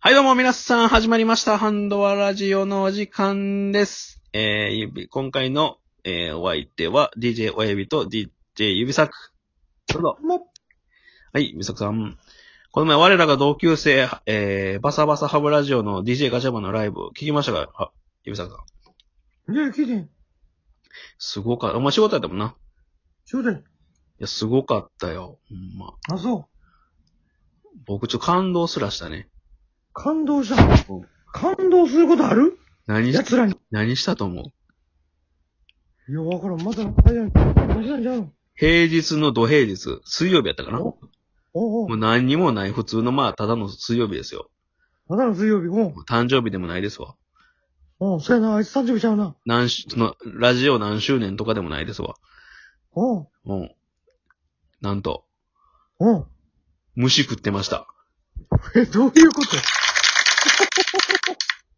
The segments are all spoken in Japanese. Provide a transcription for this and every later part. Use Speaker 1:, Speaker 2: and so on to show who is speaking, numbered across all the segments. Speaker 1: はい、どうも皆さん、始まりました。ハンドワラジオのお時間です。えー、指今回の、えー、お相手は、DJ 親指と DJ 指作。どうぞ。はい、指作さん。この前、我らが同級生、えー、バサバサハブラジオの DJ ガチャバのライブ、聞きましたかあ、指作さん。
Speaker 2: ねえ、聞いてん。
Speaker 1: すごかった。お前仕事やったもんな。
Speaker 2: そうだよ。
Speaker 1: いや、すごかったよ。ほんま。
Speaker 2: あ、そう。
Speaker 1: 僕、ちょっと感動すらしたね。
Speaker 2: 感動した。感動することある
Speaker 1: 何し、
Speaker 2: 奴らに。
Speaker 1: 何したと思う
Speaker 2: いや、わからん。まだ、あれやん。マジなんじゃん。
Speaker 1: 平日の土平日、水曜日やったかな
Speaker 2: おおうお
Speaker 1: もう
Speaker 2: う。
Speaker 1: 何にもない普通のまあ、ただの水曜日ですよ。
Speaker 2: まだの水曜日。おう
Speaker 1: もう誕生日でもないですわ。
Speaker 2: おうそうやな。あいつ誕生日ちゃうな。
Speaker 1: 何し、その、ラジオ何周年とかでもないですわ。
Speaker 2: おう
Speaker 1: もう、なんと、
Speaker 2: おう
Speaker 1: 虫食ってました。
Speaker 2: え、どういうこと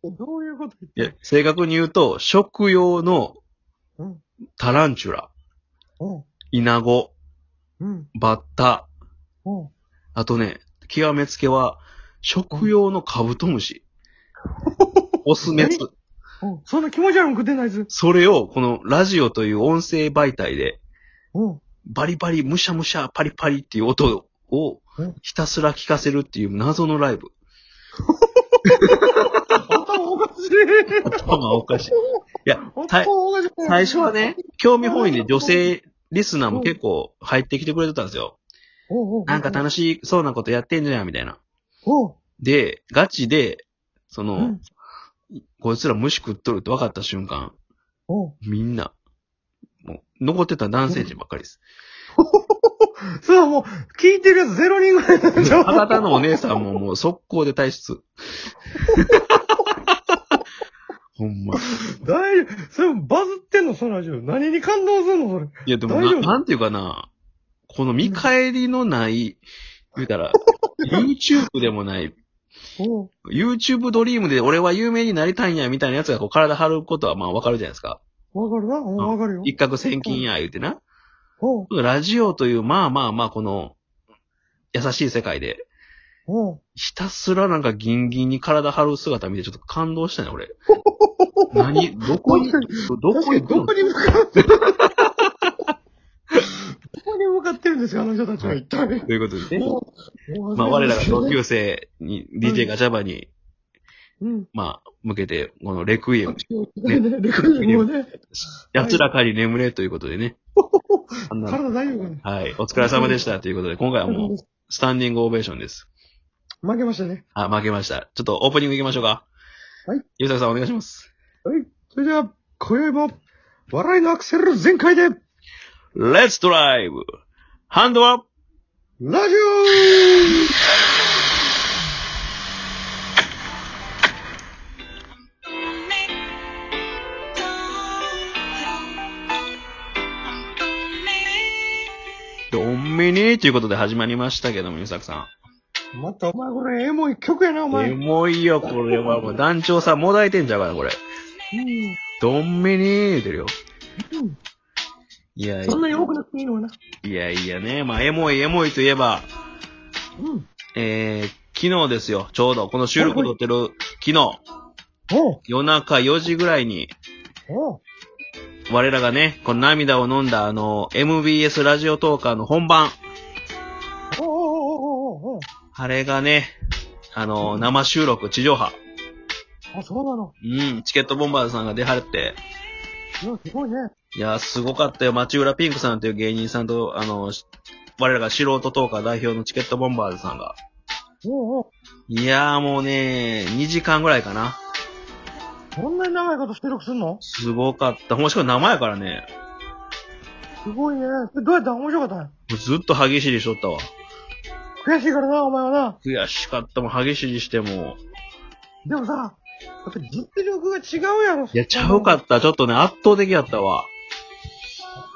Speaker 2: どういうこと
Speaker 1: いや、正確に言うと、食用の
Speaker 2: うん。
Speaker 1: タランチュラ、
Speaker 2: おう
Speaker 1: イナゴ、
Speaker 2: うん。
Speaker 1: バッタ、
Speaker 2: おう
Speaker 1: あとね、極めつけは、食用のカブトムシ。オスメス。
Speaker 2: おうそんな気持ち悪いもん食ってないず。
Speaker 1: それを、このラジオという音声媒体で、
Speaker 2: おう
Speaker 1: バリバリ、ムシャムシャ、パリパリっていう音を
Speaker 2: うん
Speaker 1: ひたすら聞かせるっていう謎のライブ。
Speaker 2: 頭おかしい。
Speaker 1: 頭がおかしい。いや、た
Speaker 2: 頭おかしい。
Speaker 1: 最初はね。、興味本位で女性リスナーも結構入ってきてくれてたんですよ。
Speaker 2: おうおう
Speaker 1: なんか楽しそうなことやってんじゃん、みたいな。
Speaker 2: おう
Speaker 1: で、ガチで、そうの
Speaker 2: ん、。
Speaker 1: こいつら虫食っとるって分かった瞬間、
Speaker 2: おう
Speaker 1: みんな、もう、残ってた男性陣ばっかりです。
Speaker 2: それはもう、聞いてるやつゼロ人ぐらいなん じゃん。
Speaker 1: 博多のお姉さんももう速攻で退出。 ほんま。
Speaker 2: 大丈夫。それバズってんのそのラジオ。何に感動すんのそれ。
Speaker 1: いや、でも
Speaker 2: 大
Speaker 1: な、
Speaker 2: 丈夫
Speaker 1: なんていうかな、この見返りのない、言うたら、YouTube でもない、
Speaker 2: おう
Speaker 1: YouTube ドリームで俺は有名になりたいんや、みたいなやつがこう体張ることはまあわかるじゃないですか。
Speaker 2: わかるなおうわかるよ。
Speaker 1: 一攫千金や、言うてな。
Speaker 2: おう
Speaker 1: ラジオという、まあまあまあ、この、優しい世界で、
Speaker 2: おう
Speaker 1: ひたすらなんかギンギンに体張る姿見てちょっと感動したね、俺。何どこに、ど
Speaker 2: 確
Speaker 1: こ
Speaker 2: かに
Speaker 1: 行く の
Speaker 2: どこに向かってるどこに向かってるんですかあの人たちは一体。
Speaker 1: ということでね。
Speaker 2: もうもう
Speaker 1: まあ我らが同
Speaker 2: う
Speaker 1: 級生に、DJ ガチャバに、
Speaker 2: ん。
Speaker 1: まあ、向けて、このレクイエム、
Speaker 2: ね、レクイエムもね、
Speaker 1: 奴らかに眠れということでね。あんな
Speaker 2: 体大丈夫かね。
Speaker 1: はい、お疲れ様でしたということで、今回はもう、スタンディングオベーションです。
Speaker 2: 負けましたね。
Speaker 1: あ、負けました。ちょっとオープニング行きましょうか。
Speaker 2: はい。
Speaker 1: ゆうさくさんお願いします。
Speaker 2: はい。それでは、今宵も、笑いのアクセル全開で、
Speaker 1: Let's drive! ハンドは
Speaker 2: ラジ
Speaker 1: ドンミニということで始まりましたけども、ゆうさくさ
Speaker 2: オまたお前これエモい曲やな、お
Speaker 1: ん。
Speaker 2: 前。
Speaker 1: エモいよ、これはもう団長さんもだいてんちゃうから、これ。
Speaker 2: うん
Speaker 1: ドンミニーてるよ。
Speaker 2: うん
Speaker 1: いやい
Speaker 2: そんな
Speaker 1: や、
Speaker 2: に多くなくていいのかな。
Speaker 1: いやいやね、まあ、エモいエモいといえば、
Speaker 2: うん。
Speaker 1: えー、昨日ですよ、ちょうど、この収録撮ってる昨日、
Speaker 2: おう
Speaker 1: 夜中4時ぐらいに、
Speaker 2: おう
Speaker 1: 我らがね、この涙を飲んだあの、MBS ラジオトーカーの本番、
Speaker 2: おうおうおうおうおう
Speaker 1: あれがね、あの、生収録、地上波、
Speaker 2: あ、そうなの。
Speaker 1: うん、チケットボンバーズさんが出はれて、
Speaker 2: いや、すごいね。
Speaker 1: いやー、すごかったよ、町浦ピンクさんという芸人さんと、あの、し我らが素人トーカー代表のチケットボンバーズさんが、
Speaker 2: おうおう
Speaker 1: いやーもうね、2時間ぐらいかな。
Speaker 2: そんなに長いこと収録すんの
Speaker 1: すごかった。もしくは生やからね、
Speaker 2: すごいね。えどうやった面白かったん
Speaker 1: もうずっと歯ぎしりしとったわ。
Speaker 2: 悔しいからな、お前はな。
Speaker 1: 悔しかったもん、激しりしても。
Speaker 2: でもさ、やっぱ実力が違うやろ。
Speaker 1: いや、ちゃうか
Speaker 2: っ
Speaker 1: った。ちょっとね、圧倒的やったわ。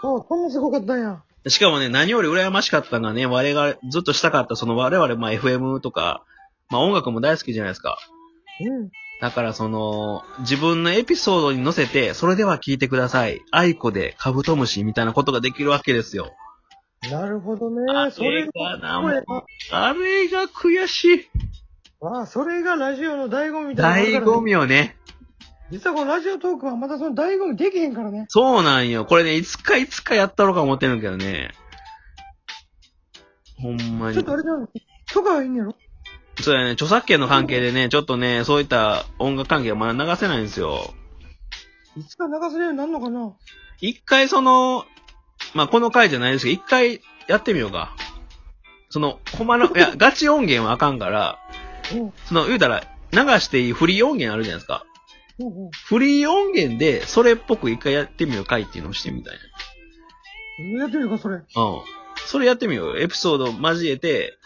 Speaker 2: た。おう、そんなすごかったんや。
Speaker 1: しかもね、何より羨ましかったのがね、我々がずっとしたかった、その我々、まあ FM とか、まあ音楽も大好きじゃないですか。
Speaker 2: うん。
Speaker 1: だからその、自分のエピソードに乗せて、それでは聞いてください。アイコでカブトムシみたいなことができるわけですよ。
Speaker 2: なるほど
Speaker 1: あ
Speaker 2: ね。それ
Speaker 1: れがな
Speaker 2: これあ
Speaker 1: あれが悔しい。
Speaker 2: まあ、それがラジオの醍醐味みたいな。
Speaker 1: 醍醐。味をね。
Speaker 2: 実はこのラジオトークはまたその醍醐味できへんからね。
Speaker 1: そうなんよ。これね、いつかいつかやったろうか思ってるんだけどね。ほんま
Speaker 2: ちょっ
Speaker 1: に
Speaker 2: とあ。れだよ。許可がいいんやろ
Speaker 1: そうやね、著作権の関係でね、ちょっとね、そういった音楽関係がまだ流せないんですよ。
Speaker 2: いつか流せるようになるのかな
Speaker 1: 一回その、まあ、この回じゃないですけど、一回やってみようか。その、ほんまの、いや、ガチ音源はあかんから、
Speaker 2: うん。
Speaker 1: その、言うたら、流していいフリー音源あるじゃないですか。
Speaker 2: うんうん。
Speaker 1: フリー音源で、それっぽく一回やってみよう回っていうのをしてみたい
Speaker 2: やってみるか、それ。
Speaker 1: な。うん。それやってみようよ。エピソード交えて、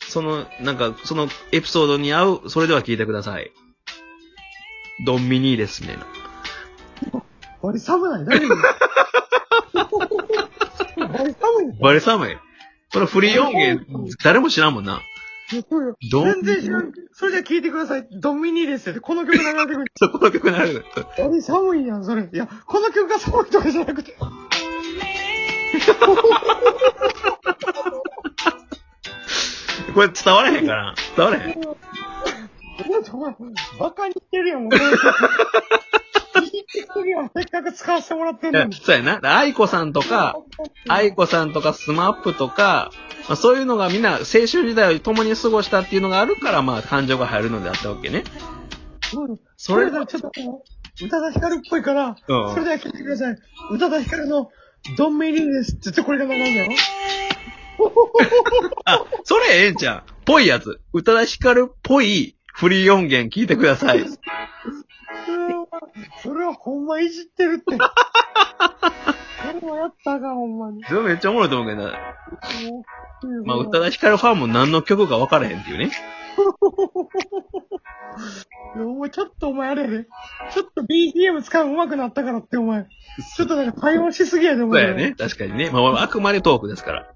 Speaker 1: その、なんか、そのエピソードに合う、それでは聞いてください。ドンミニーですね。
Speaker 2: バリ寒ない。大丈夫バリ寒い。
Speaker 1: バレサムへ。このフリー音源、誰も知らんもんな。ドン
Speaker 2: 全然知らん。それじゃ聞いてください。ドミニーですって。この曲流れてくる。
Speaker 1: そこの曲なる。
Speaker 2: バリ寒いやん、それ。いや、この曲が寒いとかじゃなくて。
Speaker 1: これ伝わらへんかな伝わらへん。
Speaker 2: だってお前、バカにしてるやん、もう。聞いてくるやん。せっかく使わせてもらってんのに。
Speaker 1: そうやな。愛子さんとか、愛子さんとかスマップとか、まあ、そういうのがみんな青春時代を共に過ごしたっていうのがあるから、まあ感情が入るのであったわけね。
Speaker 2: うん
Speaker 1: そ
Speaker 2: そ
Speaker 1: れ
Speaker 2: れだ、ちょっともう、宇多田ヒカルっぽいから、
Speaker 1: うん
Speaker 2: それでは聞いてください。宇多田ヒカルの、ドンメリーですって言ってこれが流れるんだよ。
Speaker 1: あ、それええんちゃうぽいやつ。宇多田ヒカルっぽいフリー音源聞いてください。
Speaker 2: それはほんまいじってるって。それはやったか、ほんまに。
Speaker 1: それめっちゃおもろいと思うけどな。まあ宇多
Speaker 2: い
Speaker 1: 田ヒカルファンも何の曲か分からへんっていうね。
Speaker 2: やお前ちょっとお前あれやで。ちょっと BGM 使うの上手くなったからって、お前。ちょっとなんか対応しすぎやで、
Speaker 1: そ
Speaker 2: お
Speaker 1: う
Speaker 2: 前。
Speaker 1: やね。確かにね。まあ、あくまでトークですから。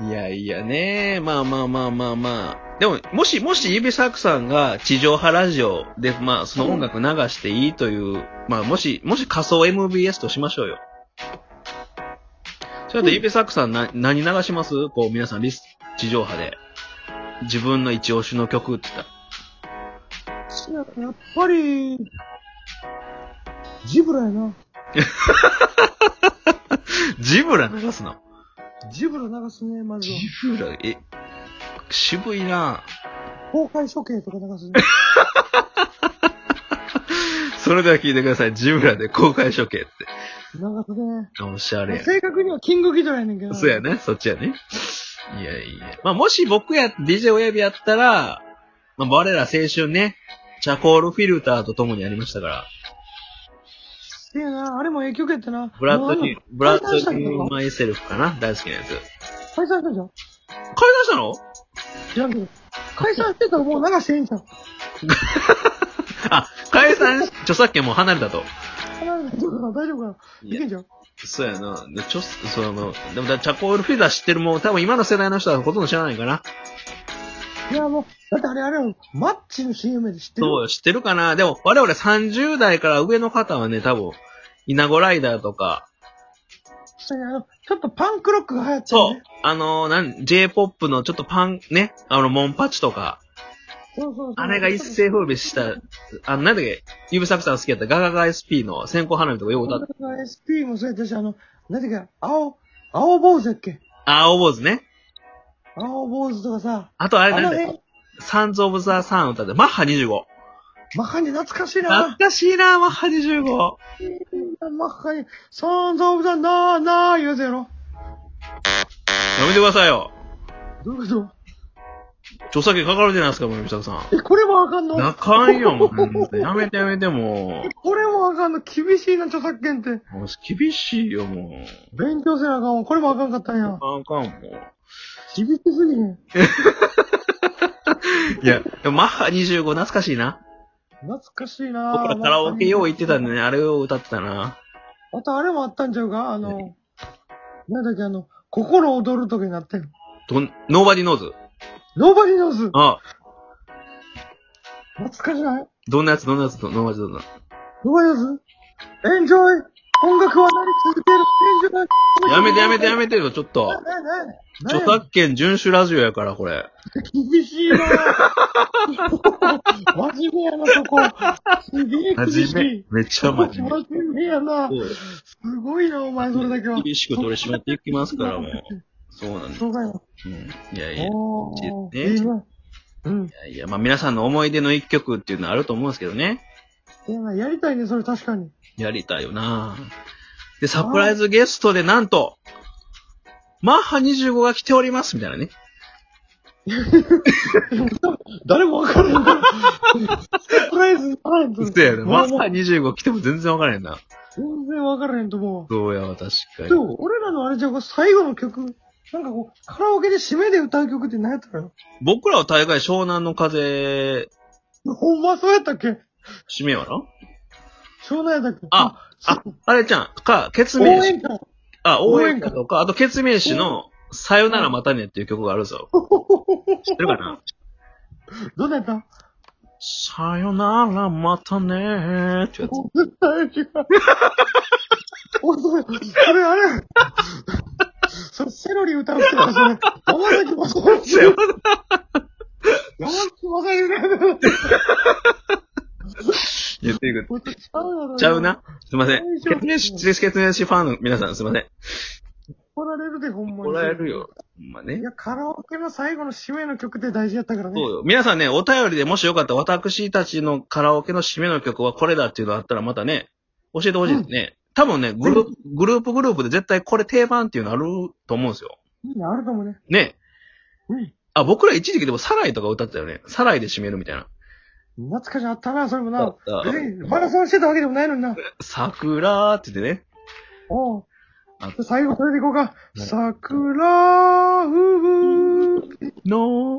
Speaker 1: いやいやね。まあまあまあまあまあ。でも、もし、もし、指作さんが地上波ラジオで、まあ、その音楽流していいという、まあ、もし、もし仮想 MBS としましょうよ。それだと、指作さんな、何流しますこう、皆さん、リス、地上波で。自分の一押しの曲って言ったら。
Speaker 2: やっぱり、ジブラやな。
Speaker 1: ジブラ流すの
Speaker 2: ジブラ流すね、まず
Speaker 1: ジ
Speaker 2: は。
Speaker 1: ブラ、え、渋いな
Speaker 2: 公開処刑とか流すね。
Speaker 1: それでは聞いてください。ジブラで公開処刑って。
Speaker 2: 流すね。
Speaker 1: おしゃれ
Speaker 2: まあ
Speaker 1: や。
Speaker 2: 正確にはキングギドラやねんけど。
Speaker 1: そうやね。そっちやね。いやいや。まあ、もし僕や、DJ 親指やったら、まあ、我ら青春ね、チャコールフィルターと共にありましたから、
Speaker 2: せやな、あれもええ曲やったな。
Speaker 1: ブラッド
Speaker 2: もうあ
Speaker 1: に
Speaker 2: の、
Speaker 1: ブラッ
Speaker 2: 解散した
Speaker 1: ド
Speaker 2: んだ
Speaker 1: に
Speaker 2: よ
Speaker 1: マイセルフかな大好きなやつ。解
Speaker 2: 解散したんじゃん。
Speaker 1: 散したの
Speaker 2: 知らんけど。解散してたらもう流していいんじゃん。
Speaker 1: あ、解散し、著作権もう離れたと。
Speaker 2: 離れないとから大丈夫かないけんじゃん。
Speaker 1: そうやな。で、ちょ、その、でもだ、チャコールフィルター知ってるもん、多分今の世代の人はほとんど知らないかな。
Speaker 2: いやもう、だってあれあれやもんマッチの CM で知ってる。
Speaker 1: そうよ、知ってるかなでも、我々30代から上の方はね、多分、イナゴライダーとか、
Speaker 2: 下にあの、ちょっとパンクロックが流行ったよ
Speaker 1: そう
Speaker 2: ね。。
Speaker 1: あのー、なん、J-POP のちょっとパン、ね、あの、モンパチとか、
Speaker 2: そうそうそう。
Speaker 1: あれが一世風靡した、あの、なんだっけ、ゆぶさくさん好きやったガガガ SP の線香花火とかよく歌って、
Speaker 2: SP もそうやったし、あの、何ていうか、青、青坊主だっけ
Speaker 1: あ、オーボーズね。
Speaker 2: 青坊主とかさ、
Speaker 1: あとあ
Speaker 2: あ
Speaker 1: れなん
Speaker 2: の
Speaker 1: だっけ、
Speaker 2: 辺、
Speaker 1: サンズ・オブ・ザ・サン歌って、マッハ25。
Speaker 2: マッハに懐かしい
Speaker 1: 懐
Speaker 2: な。
Speaker 1: かしいな、マッハ25。
Speaker 2: マッハに、サンズオブザナーナー言うやつやろ。
Speaker 1: やめてくださいよ。
Speaker 2: どういうこと
Speaker 1: 著作権かかるじゃないですか、もうゆぶさくさん。
Speaker 2: え、これもあかんの
Speaker 1: なかんよ、もうほんと。やめてやめて、も
Speaker 2: これもあかんの厳しいな、著作権って。
Speaker 1: う。もう厳しいよ、もう。
Speaker 2: 勉強せなあかんわ。これもあかんかったんや。
Speaker 1: あかん、もう。
Speaker 2: 厳しすぎへん。
Speaker 1: いや、でもマッハ25懐かしいな。
Speaker 2: 懐かしいな
Speaker 1: 僕らカラオケよう行ってたんでね、あれを歌ってたな。
Speaker 2: あとあれもあったんちゃうかあの、なんだっけ、あの、心躍るときになってる。
Speaker 1: どん、ノーバディノーズ。
Speaker 2: ノーバリーノーズ
Speaker 1: あ、
Speaker 2: 懐かしない
Speaker 1: どんなやつ、どんなやつ、どんノーバディノーズ。
Speaker 2: ノーバリーノーズエンジョイ音楽は鳴り続けるエンジョイ
Speaker 1: やめてやめてやめてよ、ちょっと。
Speaker 2: ななな
Speaker 1: 著作権遵守ラジオやから、これ。
Speaker 2: 厳しいなぁ 真面目やな、そこ。すげえ厳し
Speaker 1: 真面
Speaker 2: い。
Speaker 1: 目。めっちゃ真面目。
Speaker 2: 真面目やな
Speaker 1: そう
Speaker 2: すごいな、お前、それだけは。
Speaker 1: 厳しく取り締まっていきますから、もう。そうなんです。
Speaker 2: そうだよ。
Speaker 1: うん、いやいや。い
Speaker 2: おー
Speaker 1: ね
Speaker 2: いいなうん。
Speaker 1: やいや、まあ皆さんの思い出の一曲っていうのはあると思うんですけどね。
Speaker 2: いや、やりたいね、それ確かに。
Speaker 1: やりたいよなで、サプライズゲストでなんと、マッハ25が来ておりますみたいなね。
Speaker 2: 誰もわからへんから。サプライズにならへんと思う。
Speaker 1: マッ
Speaker 2: もう
Speaker 1: ハ25来ても全然わからへんな。
Speaker 2: 全然わからへんと思う。
Speaker 1: そうやわ、確か
Speaker 2: で
Speaker 1: に。
Speaker 2: も、俺らのあれじゃん、最後の曲、なんかこう、カラオケで締めで歌う曲って何やったかよ。
Speaker 1: 僕らは大概湘南の風、
Speaker 2: ほんまそうやったっけ
Speaker 1: 締めはな
Speaker 2: 湘南やったっけ
Speaker 1: あ、あ、あれちゃん、か、決
Speaker 2: 応
Speaker 1: 名詞。
Speaker 2: 援歌。
Speaker 1: あ、応援歌とか、あと決名詞の、さよならまたねっていう曲があるぞ。知ってるかな
Speaker 2: どんなやった
Speaker 1: さよならまたねーってやつ。
Speaker 2: 絶対違う。おい、それ、それ あれそれ、セロリ歌う人だ、それ。山崎まさよ。山崎まさよだよ。
Speaker 1: 言っていく。
Speaker 2: これちゃうやろ
Speaker 1: ちゃう。な。すいません。
Speaker 2: 大丈夫
Speaker 1: 決名詞、決名詞ファンの皆さんすいません。
Speaker 2: 怒られるで、ほんまに。
Speaker 1: もらえる。よ。ほんまね
Speaker 2: い。や、カラオケの最後の締めの曲って大事やったからね。
Speaker 1: そうよ。皆さんね、お便りでもしよかったら、私たちのカラオケの締めの曲はこれだっていうのあったら、またね、教えてほしいですね。多分ね、グループ、グループグループで絶対これ定番っていうのあると思うんですよ。
Speaker 2: いいのあるかもね。
Speaker 1: ね。
Speaker 2: うん。
Speaker 1: あ、僕ら一時期でもサライとか歌ってたよね。サライで締めるみたいな。
Speaker 2: 懐かしいあったな、それも
Speaker 1: あ
Speaker 2: な
Speaker 1: っ。た
Speaker 2: 別にマラソンしてたわけでもないのにな。
Speaker 1: 桜ーって言ってね。
Speaker 2: おう
Speaker 1: あ
Speaker 2: 最後、それでいこうか。
Speaker 1: い
Speaker 2: 桜、ふふ
Speaker 1: のー